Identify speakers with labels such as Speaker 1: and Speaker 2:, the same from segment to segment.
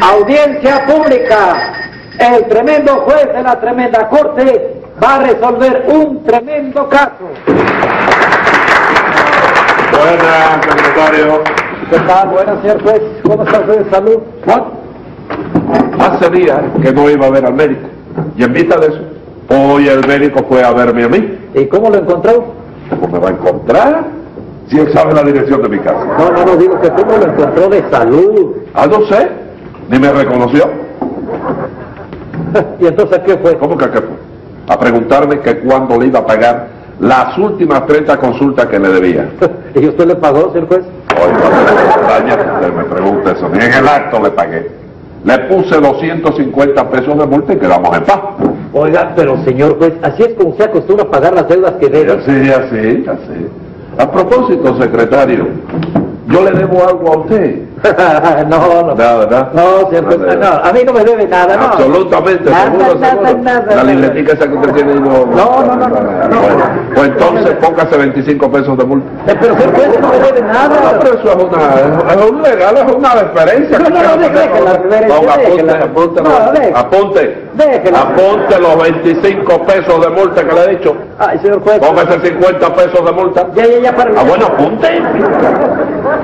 Speaker 1: audiencia pública. El tremendo juez de la tremenda corte va a resolver un tremendo caso.
Speaker 2: Buenas, secretario.
Speaker 1: ¿Qué tal? Buenas, señor juez. ¿Cómo está usted de salud?
Speaker 2: Hace días que no iba a ver al médico. Y en vista de eso, hoy el médico fue a verme a mí.
Speaker 1: ¿Y cómo lo encontró?
Speaker 2: ¿Cómo me va a encontrar? Si él sabe la dirección de mi casa.
Speaker 1: No, no, no, digo que cómo lo encontró de salud.
Speaker 2: Ah, no sé. Ni me reconoció.
Speaker 1: ¿Y entonces qué fue?
Speaker 2: ¿Cómo que qué fue? A preguntarme que cuándo le iba a pagar las últimas 30 consultas que le debía.
Speaker 1: ¿Y usted le pagó, señor juez?
Speaker 2: Oiga, me extraña que usted me pregunte eso. Ni en el acto le pagué. Le puse 250 pesos de multa y quedamos en paz.
Speaker 1: Oiga, pero señor juez, así es como se acostumbra pagar las deudas que
Speaker 2: Y
Speaker 1: debe.
Speaker 2: así, y así, y así. A propósito, secretario, yo le debo algo a usted.
Speaker 1: no, no.
Speaker 2: Nada, ¿verdad?
Speaker 1: No, señor juez,
Speaker 2: Nada,
Speaker 1: no,
Speaker 2: nada.
Speaker 1: a mí no me debe nada, no.
Speaker 2: Absolutamente,
Speaker 1: Nada,
Speaker 2: seguro,
Speaker 1: nada,
Speaker 2: seguro.
Speaker 1: nada,
Speaker 2: la
Speaker 1: nada.
Speaker 2: libretica esa que usted tiene ahí no...
Speaker 1: No, no, no, no, no.
Speaker 2: Bueno, pues entonces póngase 25 pesos de multa.
Speaker 1: Eh, Pero señor juez, no me debe
Speaker 2: Ah, No,
Speaker 1: nada.
Speaker 2: pero eso es, una, es un regalo, es una referencia.
Speaker 1: No, no, no, déjela, la referencia,
Speaker 2: Ponga, apunte,
Speaker 1: déjela.
Speaker 2: apunte,
Speaker 1: No,
Speaker 2: apunte,
Speaker 1: déjela.
Speaker 2: apunte,
Speaker 1: Déjela.
Speaker 2: apunte los 25 pesos de multa que le he dicho.
Speaker 1: Ay, señor juez.
Speaker 2: Póngase 50 pesos de multa.
Speaker 1: Ya, ya, ya, para.
Speaker 2: Ah, bueno, apunte.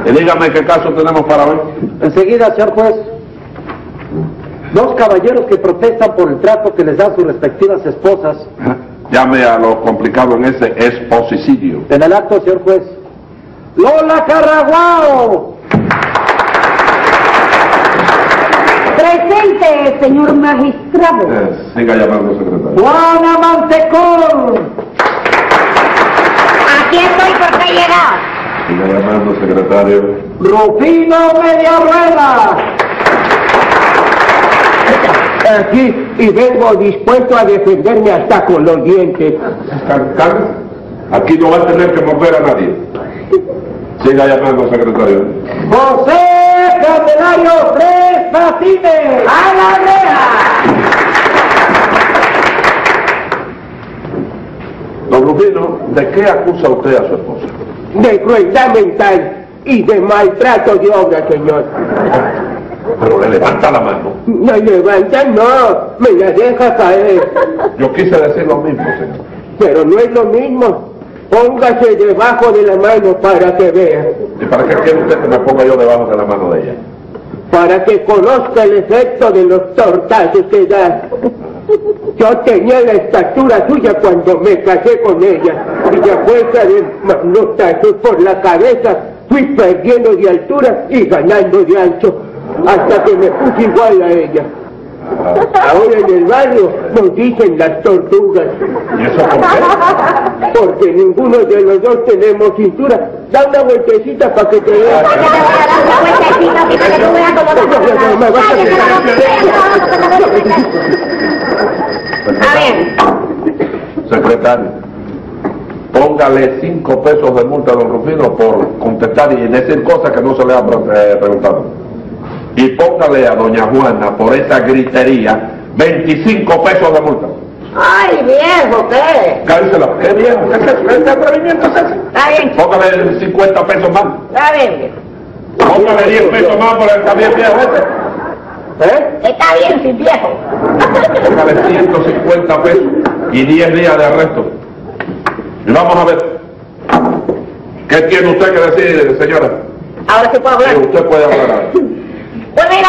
Speaker 2: Y dígame qué caso tenemos para hoy.
Speaker 1: Enseguida, señor juez, dos caballeros que protestan por el trato que les dan sus respectivas esposas.
Speaker 2: Llame a lo complicado en ese exposicidio.
Speaker 1: En el acto, señor juez, Lola Carraguao.
Speaker 3: Presente, señor magistrado.
Speaker 2: Eh, siga llamando, secretario.
Speaker 1: Juana Mantecón.
Speaker 3: Aquí estoy porque he llegado.
Speaker 2: Siga llamando, secretario.
Speaker 1: Rufino Media Rueda. Aquí y vengo dispuesto a defenderme hasta con los dientes.
Speaker 2: Can- can- Aquí no va a tener que mover a nadie. Siga llamando, secretario.
Speaker 1: José Candelario Tres Martínez.
Speaker 3: ¡A la reja!
Speaker 2: Don Rufino, ¿de qué acusa usted a su esposa?
Speaker 1: de crueldad mental y de maltrato de obra, señor.
Speaker 2: Pero le levanta la mano.
Speaker 1: No levanta, no, me la deja caer,
Speaker 2: Yo quise decir lo mismo, señor.
Speaker 1: pero no es lo mismo. Póngase debajo de la mano para que vea,
Speaker 2: ¿Y para qué quiere usted que me ponga yo debajo de la mano de ella?
Speaker 1: para que conozca el efecto de los tortazos que da. Yo tenía la estatura suya cuando me casé con ella y a fuerza de manotazos por la cabeza fui perdiendo de altura y ganando de ancho hasta que me puse igual a ella. Ahora en el barrio nos dicen las tortugas,
Speaker 2: ¿Y eso por qué?
Speaker 1: porque ninguno de los dos tenemos cintura. Da una vueltecita para que te
Speaker 3: Voy a
Speaker 1: vea.
Speaker 3: dar una vueltecita, si no, tú veas cómo te portas. Cállese, no, A ver,
Speaker 2: Secretario, póngale cinco pesos de multa a don Rufino por contestar y decir cosas que no se le han pre- eh, preguntado. Y póngale a doña Juana por esa gritería 25 pesos de multa.
Speaker 3: ay viejo, ¿qué?
Speaker 2: Cállensela. ¿Qué bien? ¿Qué es eso? ¿Qué atrevimiento es ese?
Speaker 3: Está bien,
Speaker 2: Póngale 50 pesos más.
Speaker 3: está bien, viejo.
Speaker 2: Póngale 10 pesos más por el camión viejo ese.
Speaker 1: ¿Eh?
Speaker 3: Está bien, sí, viejo.
Speaker 2: Póngale 150 pesos y 10 días de arresto. Y vamos a ver. ¿Qué tiene usted que decir, señora?
Speaker 3: Ahora sí puedo
Speaker 2: Sí,
Speaker 3: hablar.
Speaker 2: usted puede hablar.
Speaker 3: Pues mira,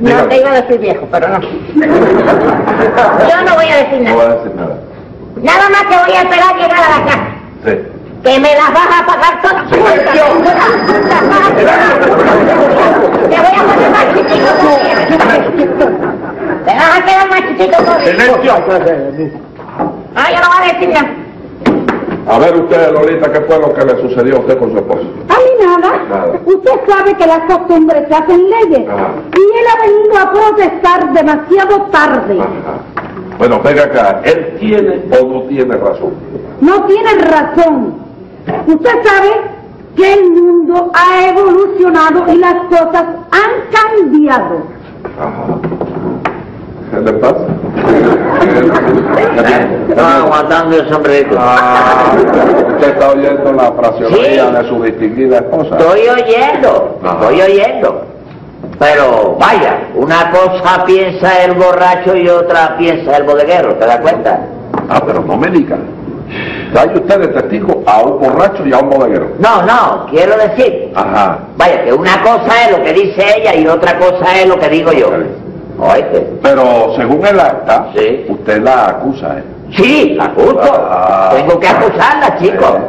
Speaker 3: no
Speaker 2: Dígame.
Speaker 3: te iba a decir viejo, pero no. Yo no voy a decir
Speaker 2: No
Speaker 3: nada.
Speaker 2: va a decir nada.
Speaker 3: Nada más que voy a esperar llegar a la casa.
Speaker 2: Sí.
Speaker 3: Que me las vas a pagar todas.
Speaker 2: Sí,
Speaker 3: juntas,
Speaker 2: yo.
Speaker 3: todas juntas, vas a pagar. Te voy a poner más chiquito todavía. Te vas a quedar más chiquito todavía.
Speaker 2: ¡Silencio!
Speaker 3: Ah, yo no voy a decir nada.
Speaker 2: A ver usted, Lolita, ¿qué fue lo que le sucedió a usted con su esposo?
Speaker 4: A mí nada.
Speaker 2: Nada.
Speaker 4: Usted sabe que las costumbres se hacen leyes.
Speaker 2: Ajá.
Speaker 4: Y él ha venido a protestar demasiado tarde.
Speaker 2: Ajá. Bueno, venga acá. ¿Él tiene o no tiene razón?
Speaker 4: No tiene razón. Usted sabe que el mundo ha evolucionado y las cosas han cambiado.
Speaker 2: Ajá. ¿Qué le pasa?
Speaker 5: Estaba aguantando ese sombrerito.
Speaker 2: Ah, usted está oyendo la fraseología
Speaker 5: Sí.
Speaker 2: de su distinguida esposa.
Speaker 5: Estoy oyendo,
Speaker 2: Ajá.
Speaker 5: estoy oyendo. Pero vaya, una cosa piensa el borracho y otra piensa el bodeguero, ¿te das cuenta?
Speaker 2: Ah, pero no me digan. Trae usted de testigo a un borracho y a un bodeguero.
Speaker 5: No, no, quiero decir,
Speaker 2: Ajá.
Speaker 5: vaya, que una cosa es lo que dice ella y otra cosa es lo que digo yo. ¿Oíste?
Speaker 2: Pero según el acta,
Speaker 5: Sí.
Speaker 2: usted la acusa, ¿eh?
Speaker 5: Sí, la acuso.
Speaker 2: Ah.
Speaker 5: Tengo que acusarla, chicos.
Speaker 2: Eh.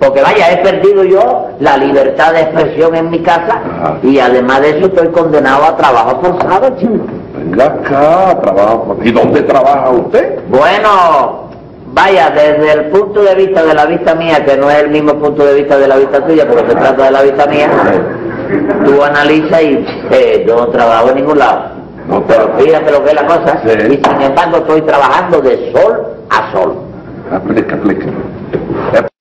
Speaker 5: Porque vaya, he perdido yo la libertad de expresión en mi casa
Speaker 2: Ajá.
Speaker 5: y además de eso estoy condenado a trabajo forzado, chicos.
Speaker 2: Venga acá, trabaja. por- ¿Y dónde trabaja usted?
Speaker 5: Bueno, vaya, desde el punto de vista de la vista mía, que no es el mismo punto de vista de la vista tuya, porque se trata de la vista mía, tú analizas y eh, yo no trabajo en ningún lado.
Speaker 2: No
Speaker 5: Pero fíjate lo que es la cosa,
Speaker 2: Sí.
Speaker 5: y sin embargo estoy trabajando de sol a sol.
Speaker 2: Aplica, aplica.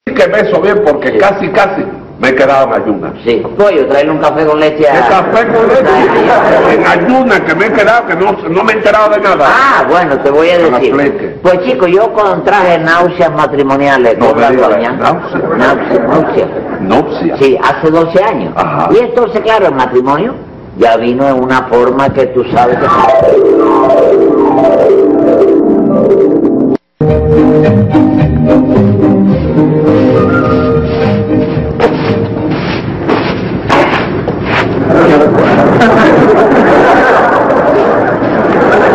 Speaker 2: Explíqueme eso bien porque
Speaker 5: Sí.
Speaker 2: casi, casi me he quedado en ayunas.
Speaker 5: Sí, pollo, traerle un café con leche a...
Speaker 2: ¿Qué café con leche? En ayunas que me he quedado, que no, no me he enterado de nada.
Speaker 5: Ah, bueno, te voy a
Speaker 2: Con
Speaker 5: decir.
Speaker 2: aplique.
Speaker 5: Pues chico, yo contraje náuseas matrimoniales
Speaker 2: No
Speaker 5: con
Speaker 2: me
Speaker 5: la
Speaker 2: digas,
Speaker 5: doña.
Speaker 2: náuseas.
Speaker 5: Náuseas, náuseas.
Speaker 2: Nupcia.
Speaker 5: Sí, hace 12 años.
Speaker 2: Ajá.
Speaker 5: Y entonces, claro, el matrimonio ya vino en una forma que tú sabes que...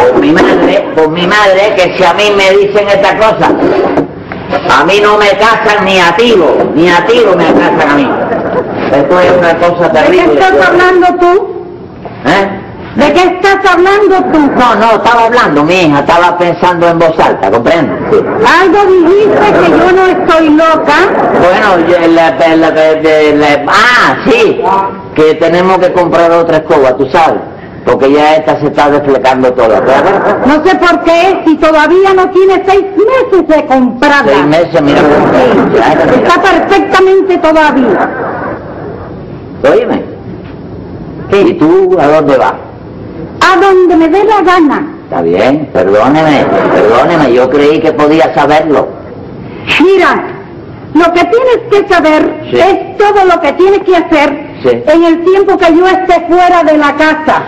Speaker 5: Por mi madre, por mi madre, que si a mí me dicen esta cosa, a mí no me casan ni a tiro, ni a tiro me casan a mí. Esto es una cosa
Speaker 4: ¿De qué
Speaker 5: terrible.
Speaker 4: estás hablando tú?
Speaker 5: ¿Eh?
Speaker 4: ¿De qué estás hablando tú?
Speaker 5: No, no, estaba hablando, mi hija, estaba pensando en voz alta, ¿comprendo?
Speaker 4: Algo dijiste que yo no estoy loca.
Speaker 5: Bueno, yo- la- la- la- la- la- ah, sí, que tenemos que comprar otra escoba, tú sabes, porque ya esta se está desflecando toda, ¿verdad?
Speaker 4: No sé por qué, si todavía no tiene seis meses de comprada.
Speaker 5: Seis meses, mira, ya, ya, mira.
Speaker 4: Está perfectamente todavía.
Speaker 5: Óyeme. ¿Y tú a dónde vas?
Speaker 4: A donde me dé la gana.
Speaker 5: Está bien, perdóneme, perdóneme, yo creí que podía saberlo.
Speaker 4: Mira, lo que tienes que saber
Speaker 5: Sí.
Speaker 4: es todo lo que tienes que hacer
Speaker 5: Sí.
Speaker 4: en el tiempo que yo esté fuera de la casa,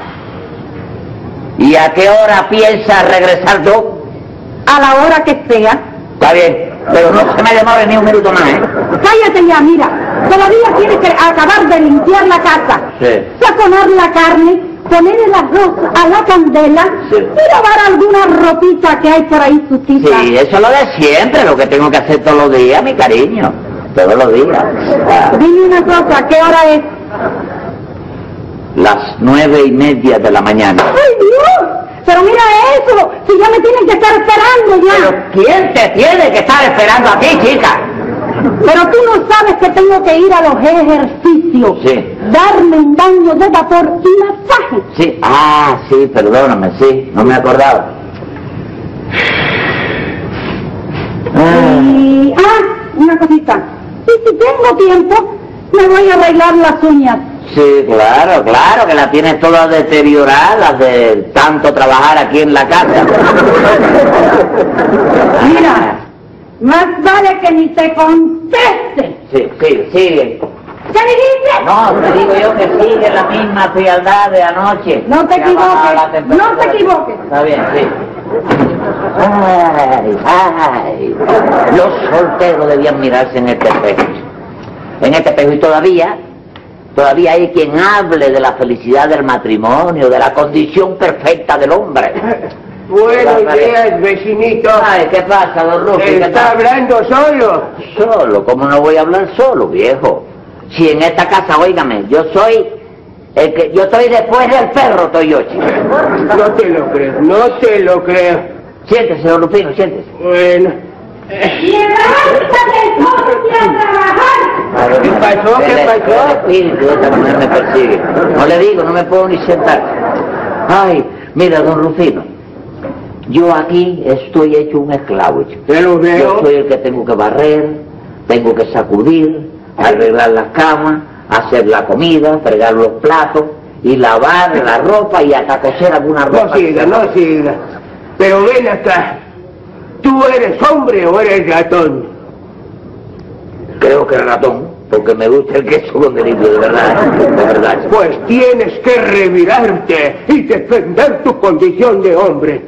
Speaker 5: ¿Y a qué hora piensas regresar tú?
Speaker 4: a la hora que sea.
Speaker 5: Está bien, pero no se me demore ni un minuto más, ¿eh?
Speaker 4: Cállate ya, mira, todavía tienes que acabar de limpiar la casa,
Speaker 5: Sí.
Speaker 4: sazonar la carne, poner el arroz a la candela
Speaker 5: Sí.
Speaker 4: y lavar alguna ropita que hay por ahí sucia.
Speaker 5: Sí, eso es lo de siempre, lo que tengo que hacer todos los días, mi cariño. Todos los días. Ah,
Speaker 4: Dime una cosa, ¿qué hora es?
Speaker 5: Las nueve y media de la mañana.
Speaker 4: ¡Ay, Dios! Pero mira eso, si ya me tienen que estar esperando ya.
Speaker 5: Pero ¿quién te tiene que estar esperando a ti, chica?
Speaker 4: Pero tú no sabes que tengo que ir a los ejercicios,
Speaker 5: Sí.
Speaker 4: darme un baño de vapor y masaje.
Speaker 5: Sí, ah, sí, perdóname, sí, no me acordaba. Ah,
Speaker 4: Y, ah, una cosita. Y si tengo tiempo, me voy a arreglar las uñas.
Speaker 5: sí, claro, claro, que la tienes toda deteriorada de tanto trabajar aquí en la casa.
Speaker 4: Mira, más vale que ni te conteste.
Speaker 5: Sí, sí, sigue.
Speaker 4: ¿Qué dijiste?
Speaker 5: No, te digo yo que sigue la misma frialdad de anoche.
Speaker 4: No te
Speaker 5: Ya bajaba la
Speaker 4: equivoques,
Speaker 5: temperatura.
Speaker 4: no te equivoques.
Speaker 5: Está bien, sí. Ay, ay. Los solteros debían mirarse en este espejo. En este espejo y todavía, todavía hay quien hable de la felicidad del matrimonio, de la condición perfecta del hombre.
Speaker 1: Buenos días, vecinito.
Speaker 5: Ay, ¿qué pasa, don Rufi? ¿Qué
Speaker 1: ¿Está
Speaker 5: tal?
Speaker 1: hablando solo?
Speaker 5: Solo, ¿cómo no voy a hablar solo, viejo? Si en esta casa, óigame, yo soy el que, yo estoy después del perro, estoy yo, chico.
Speaker 1: No te lo creo, no te lo creo.
Speaker 5: Siéntese, don Rufino, siéntese.
Speaker 1: Bueno,
Speaker 4: ¡Levántate entonces a trabajar!
Speaker 1: ¿Qué pasó? ¿Qué
Speaker 5: El- el
Speaker 1: pasó?
Speaker 5: espíritu de esta mujer me persigue. No le digo, no me puedo ni sentar. Ay, mira, don Rufino, yo aquí estoy hecho un esclavo, chico.
Speaker 1: te lo
Speaker 5: Yo
Speaker 1: veo.
Speaker 5: soy el que tengo que barrer, tengo que sacudir, arreglar las camas, hacer la comida, fregar los platos y lavar la ropa y hasta coser alguna ropa.
Speaker 1: No siga, no siga. Pero ven acá. ¿Tú eres hombre o eres ratón?
Speaker 5: Creo que ratón. porque me gusta el queso con delirio, de verdad, de verdad.
Speaker 1: Pues tienes que revirarte y defender tu condición de hombre.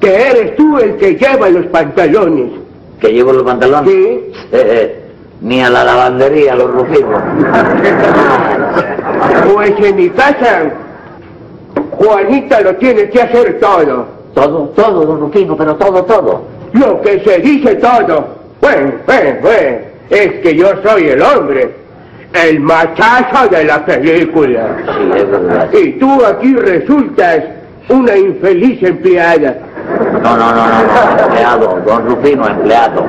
Speaker 1: Que eres tú el que lleva los pantalones.
Speaker 5: Que llevo los pantalones.
Speaker 1: Sí.
Speaker 5: Eh, ni a la lavandería, los rufinos.
Speaker 1: Pues en mi casa, Juanita lo tiene que hacer todo.
Speaker 5: todo, todo, don Rufino, pero todo, todo.
Speaker 1: Lo que se dice todo. Bueno, bueno, bueno, es que yo soy el hombre. El machazo de la película.
Speaker 5: Sí, es verdad.
Speaker 1: Y tú aquí resultas una infeliz empleada.
Speaker 5: No, no, no, no, no, empleado, don Rufino, empleado.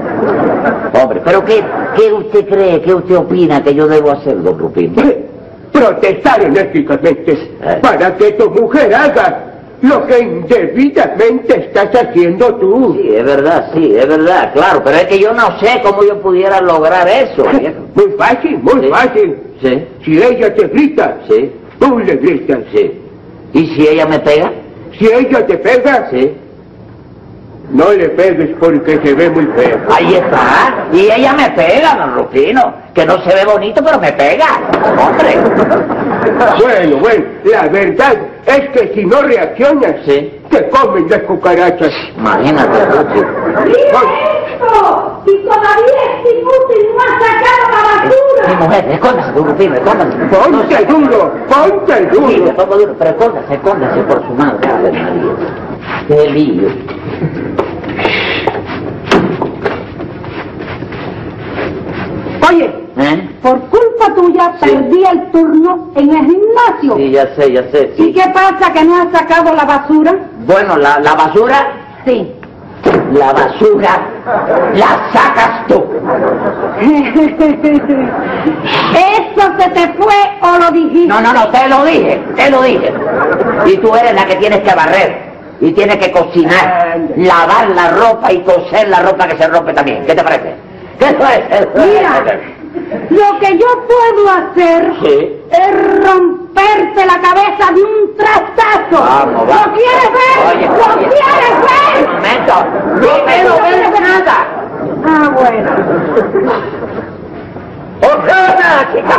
Speaker 5: Hombre, pero ¿qué, qué usted cree, qué usted opina que yo debo hacer, don Rufino?
Speaker 1: Protestar este enérgicamente
Speaker 5: eh.
Speaker 1: para que tu mujer haga lo que indebidamente estás haciendo tú.
Speaker 5: Sí, es verdad, sí, es verdad, claro, pero es que yo no sé cómo yo pudiera lograr eso. viejo.
Speaker 1: Muy fácil, muy
Speaker 5: Sí.
Speaker 1: fácil.
Speaker 5: Sí,
Speaker 1: Si ella te grita,
Speaker 5: sí,
Speaker 1: tú le gritas.
Speaker 5: sí. ¿Y si ella me pega?
Speaker 1: Si ella te pega,
Speaker 5: Sí.
Speaker 1: no le pegues porque se ve muy feo.
Speaker 5: Ahí está. Y ella me pega, don Rufino. Que no se ve bonito, pero me pega. Hombre.
Speaker 1: Bueno, bueno, la verdad es que si no reaccionas,
Speaker 5: Sí.
Speaker 1: te comen las cucarachas.
Speaker 5: Imagínate, Lucio.
Speaker 4: ¡Listo! ¡Y todavía es inútil! ¡No ha sacado la
Speaker 5: Mi
Speaker 4: basura!
Speaker 5: mujer, escóndase, don Rufino, escóndase.
Speaker 1: Ponte duro, ponte
Speaker 5: Sí, me
Speaker 1: duro.
Speaker 5: pongo duro, pero escóndase, escóndase por su madre. Ave María. Qué lío.
Speaker 4: Oye,
Speaker 5: ¿Eh?
Speaker 4: por culpa tuya
Speaker 5: Sí.
Speaker 4: perdí el turno en el gimnasio.
Speaker 5: Sí, ya sé, ya sé.
Speaker 4: ¿Y
Speaker 5: Sí.
Speaker 4: qué pasa que no has sacado la basura?
Speaker 5: Bueno, la, la basura,
Speaker 4: Sí.
Speaker 5: la basura la sacas tú.
Speaker 4: ¿Eso se te fue o lo dijiste?
Speaker 5: No, no, no, te lo dije, te lo dije. Y tú eres la que tienes que barrer. Y tienes que cocinar, lavar la ropa y coser la ropa que se rompe también. ¿Qué te parece? ¿Qué te parece?
Speaker 4: Mira, lo que yo puedo hacer
Speaker 5: Sí.
Speaker 4: es romperte la cabeza de un trastazo.
Speaker 5: Vamos, vamos.
Speaker 4: ¿Lo quieres ver?
Speaker 5: Oye,
Speaker 4: ¿Lo
Speaker 5: oye.
Speaker 4: quieres ver?
Speaker 5: Un momento, no me lo ves nada.
Speaker 4: Ah, bueno.
Speaker 5: ¡Ojana, chica!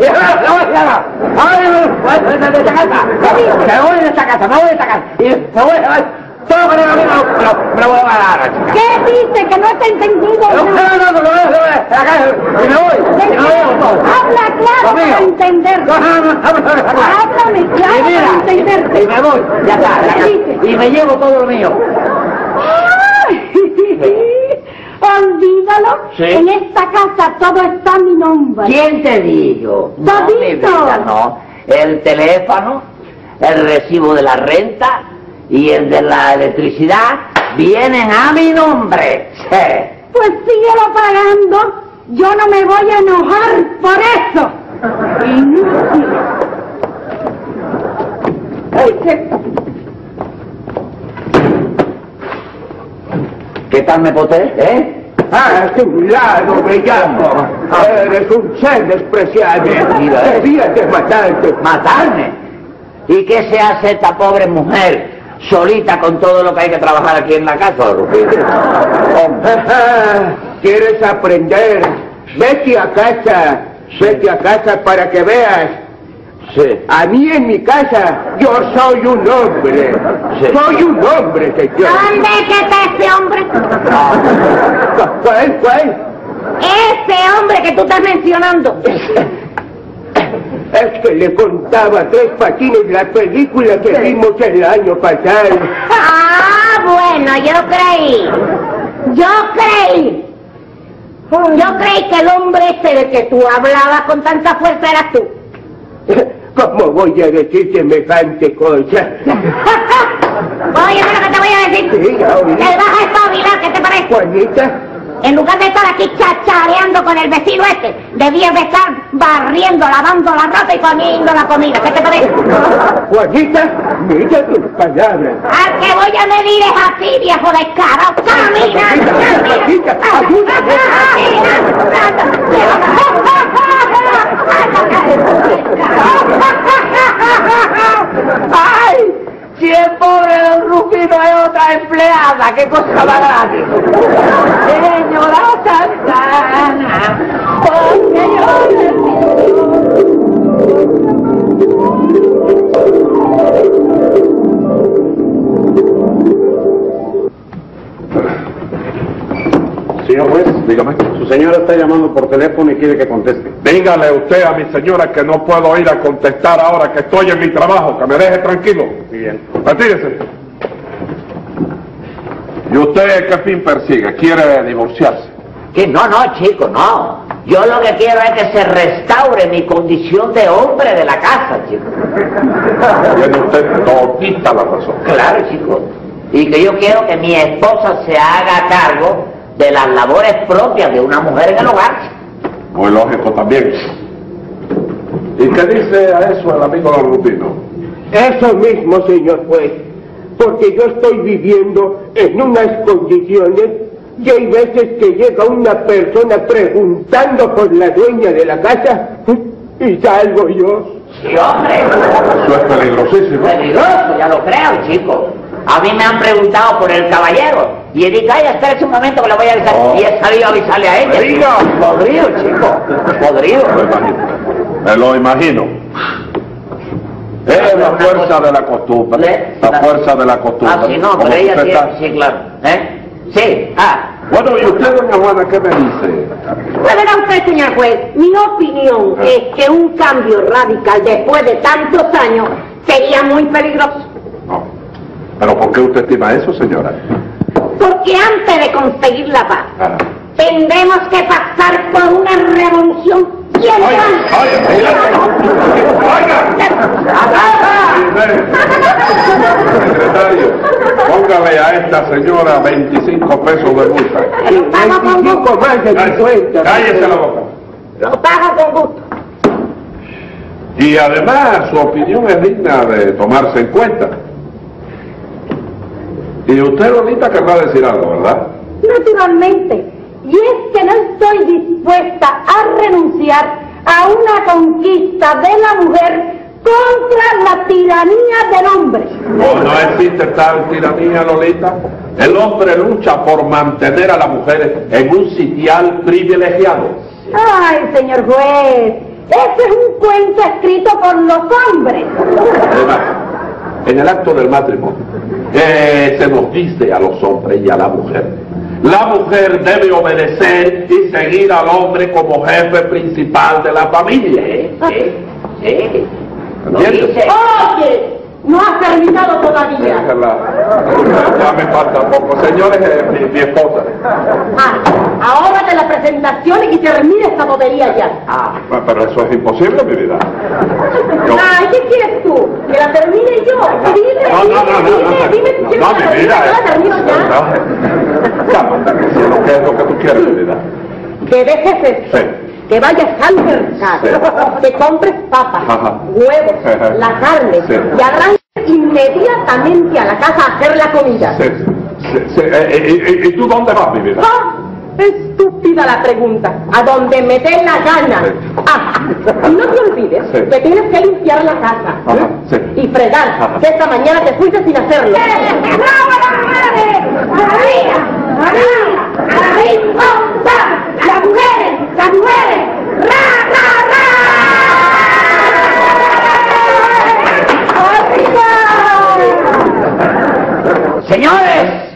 Speaker 5: ¡Déjala, no, déjala! ¡Ay, me voy de esta casa! ¡Me voy de esta casa, me voy de esta casa! ¡Y me voy de ¡Todo para la misma! ¡Me lo- me lo voy a pagar, chica!
Speaker 4: ¿Qué dice que no te he entendido?
Speaker 5: ¡No,
Speaker 4: nada?
Speaker 5: no, no, no, no, no, no, a la casa! ¡Y me voy! ¡Y me voy con todo!
Speaker 4: Habla claro para
Speaker 5: Conmigo.
Speaker 4: entender.
Speaker 5: ¡No, no, no, no, no, no, no!
Speaker 4: Háblame claro
Speaker 5: Y
Speaker 4: para
Speaker 5: mira, y
Speaker 4: entenderte.
Speaker 5: me voy, ya está, ya está. Y me llevo todo lo mío.
Speaker 4: Ay, Olvídalo.
Speaker 5: Sí.
Speaker 4: En esta casa todo está a mi nombre.
Speaker 5: ¿Quién te dijo? No,
Speaker 4: Todito.
Speaker 5: mi vida, no. El teléfono, el recibo de la renta y el de la electricidad vienen a mi nombre. Sí.
Speaker 4: Pues síguelo pagando. Yo no me voy a enojar por eso. Inútil. Ay, qué-
Speaker 5: ¿Qué tal me poté? ¿Eh?
Speaker 1: Ah, tu lado, bellaco. Eres un ser despreciable.
Speaker 5: Mira, eh.
Speaker 1: Debías de matarte.
Speaker 5: ¿Matarme? ¿Y qué se hace esta pobre mujer solita con todo lo que hay que trabajar aquí en la casa, Rufino? Hombre.
Speaker 1: Ah, ¿Quieres aprender? Vete a casa. Vete a casa para que veas.
Speaker 5: Sí.
Speaker 1: A mí en mi casa, yo soy un hombre.
Speaker 5: Sí.
Speaker 1: Soy un hombre, señor.
Speaker 4: Ah.
Speaker 3: ¿Dónde es que está ese hombre?
Speaker 1: ¿Cuál, cuál?
Speaker 3: Ese hombre que tú estás mencionando.
Speaker 1: Es que le contaba a tres patines la película que vimos el año pasado.
Speaker 3: Ah, bueno, yo creí. Yo creí. Yo creí que el hombre ese de que tú hablabas con tanta fuerza eras tú.
Speaker 1: ¿Cómo voy a decir semejante cosa?
Speaker 3: Oye, mira lo que te voy a decir.
Speaker 1: Sí, ya oí.
Speaker 3: Te vas a espabilar, ¿qué te parece?
Speaker 1: Juanita,
Speaker 3: En lugar de estar aquí chachareando con el vecino este, debías de estar barriendo, lavando la ropa y comiendo la comida. ¿Qué te parece?
Speaker 1: Juanita, mira tus palabras.
Speaker 3: Al que voy a medir es a ti, viejo descarado. Camina, camina.
Speaker 1: Paquita, Paquita,
Speaker 3: Camina, anda, anda.
Speaker 5: ¡Ay! Si el pobre don Rufino es otra empleada, qué cosa más grande. Señora Santana,
Speaker 6: Señor juez,
Speaker 2: Dígame.
Speaker 6: su señora está llamando por teléfono y quiere que conteste.
Speaker 2: Dígale usted a mi señora que no puedo ir a contestar ahora que estoy en mi trabajo, que me deje tranquilo.
Speaker 6: Muy bien.
Speaker 2: Retírese. ¿Y usted qué fin persigue? ¿Quiere divorciarse?
Speaker 5: Que no, no, chico, no. Yo lo que quiero es que se restaure mi condición de hombre de la casa, chico.
Speaker 2: Tiene usted todita la razón.
Speaker 5: Claro, chico. Y que yo quiero que mi esposa se haga cargo de las labores propias de una mujer en el hogar. chico.
Speaker 2: Muy lógico también. ¿Y qué dice a eso el amigo Don Rufino?
Speaker 1: Eso mismo, señor juez, porque yo estoy viviendo en unas condiciones que hay veces que llega una persona preguntando por la dueña de la casa ¿eh? y salgo yo.
Speaker 5: Sí, hombre.
Speaker 2: Eso es peligrosísimo.
Speaker 5: Peligroso, ya lo creo, chico. A mí me han preguntado por el caballero. Y he dicho, ay, espérese un momento que le voy a avisar.
Speaker 2: No.
Speaker 5: Y he salido a avisarle a ella.
Speaker 2: Diga.
Speaker 5: Podrido, chico. Podrido.
Speaker 2: Me lo imagino. Me lo imagino. Es la fuerza de la costumbre.
Speaker 5: ¿Eh?
Speaker 2: La fuerza de la costumbre.
Speaker 5: Ah, sí, no,
Speaker 2: Como
Speaker 5: pero ella
Speaker 2: usted
Speaker 5: tiene,
Speaker 2: está-
Speaker 5: sí, claro. ¿Eh? Sí, ah,
Speaker 2: Bueno, ¿y usted, doña Juana, qué me dice?
Speaker 3: Pues verá usted, señor juez, mi opinión
Speaker 2: Ah.
Speaker 3: es que un cambio radical después de tantos años sería muy peligroso.
Speaker 2: No. ¿Pero por qué usted estima eso, señora?
Speaker 3: Porque antes de conseguir la paz,
Speaker 2: Ah.
Speaker 3: tendremos que pasar por una revolución. Y
Speaker 2: Oiga,
Speaker 3: entonces...
Speaker 2: oiga, Secretario, póngale a esta señora 25 pesos de multa.
Speaker 3: Lo pago con gusto.
Speaker 1: Veinticinco más de mi cuenta.
Speaker 2: Cállese la boca.
Speaker 3: Lo pago con gusto.
Speaker 2: Y además su opinión es digna de tomarse en cuenta. Y usted, Lolita, querrá decir algo, ¿verdad?
Speaker 4: Naturalmente. Y es que no estoy dispuesta a renunciar a una conquista de la mujer contra la tiranía del hombre.
Speaker 2: No, no existe tal tiranía, Lolita. El hombre lucha por mantener a la mujer en un sitial privilegiado.
Speaker 4: Ay, señor juez, ese es un cuento escrito por los hombres.
Speaker 2: Además, en el acto del matrimonio, eh, se nos dice a los hombres y a la mujer, la mujer debe obedecer y seguir al hombre como jefe principal de la familia. ¿eh?
Speaker 5: sí, sí, sí. Lo
Speaker 2: ¿Entiendes?
Speaker 5: dice.
Speaker 4: Oye, no has terminado todavía.
Speaker 2: Déjala. Ya me falta poco. Señores, eh, mi, mi esposa.
Speaker 4: Ah, ahora de la presentación y termina esta bobería ya.
Speaker 5: Ah,
Speaker 2: Bueno, Pero eso es imposible, mi vida. Yo-
Speaker 4: Ay, ¿qué quieres tú? ¿Que la termine yo? Dime,
Speaker 2: No, no, no, no, no,
Speaker 4: dime, dime si
Speaker 2: no,
Speaker 4: quieres
Speaker 2: no, mi
Speaker 4: que la
Speaker 2: vida,
Speaker 4: termine, yo la termino
Speaker 2: eh.
Speaker 4: ya.
Speaker 2: Calma, si es lo que es lo que tú quieres, mi vida.
Speaker 4: Que dejes esto,
Speaker 2: Sí.
Speaker 4: que vayas al mercado, que compres papas,
Speaker 2: Ajá.
Speaker 4: huevos,
Speaker 2: Ajá.
Speaker 4: la carne,
Speaker 2: Sí.
Speaker 4: y arranques inmediatamente a la casa a hacer la comida.
Speaker 2: Sí, sí, sí, eh, eh, ¿Y, y- y tú dónde vas, mi vida?
Speaker 4: ¡Ah! Estúpida la pregunta, a donde me dé la gana.
Speaker 2: Sí.
Speaker 4: Ah, y no te olvides
Speaker 2: Sí.
Speaker 4: que tienes que limpiar la casa
Speaker 2: Ajá,
Speaker 4: ¿eh?
Speaker 2: sí.
Speaker 4: y fregar,
Speaker 2: Ajá.
Speaker 4: que esta mañana te fuiste sin hacerlo.
Speaker 3: ¡Arriba! ¡Arriba! ¡Arriba! ¡Las mujeres! ¡Las mujeres! ¡Ra, ra, ra!
Speaker 5: señores,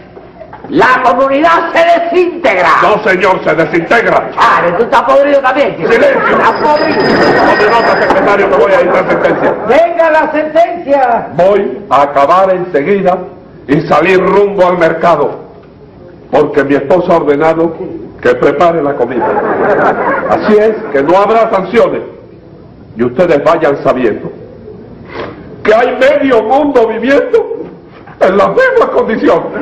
Speaker 5: la comunidad se desintegra.
Speaker 2: No, señor, se desintegra.
Speaker 5: Ah, que tú estás podrido también. chico.
Speaker 2: Silencio.
Speaker 5: Estás podrido.
Speaker 2: Tome nota, secretario, que voy a dictar sentencia.
Speaker 7: ¡Venga la sentencia!
Speaker 2: Voy a acabar enseguida y salir rumbo al mercado. Porque mi esposa ha ordenado que prepare la comida. Así es, que no habrá sanciones. Y ustedes vayan sabiendo que hay medio mundo viviendo en las mismas condiciones.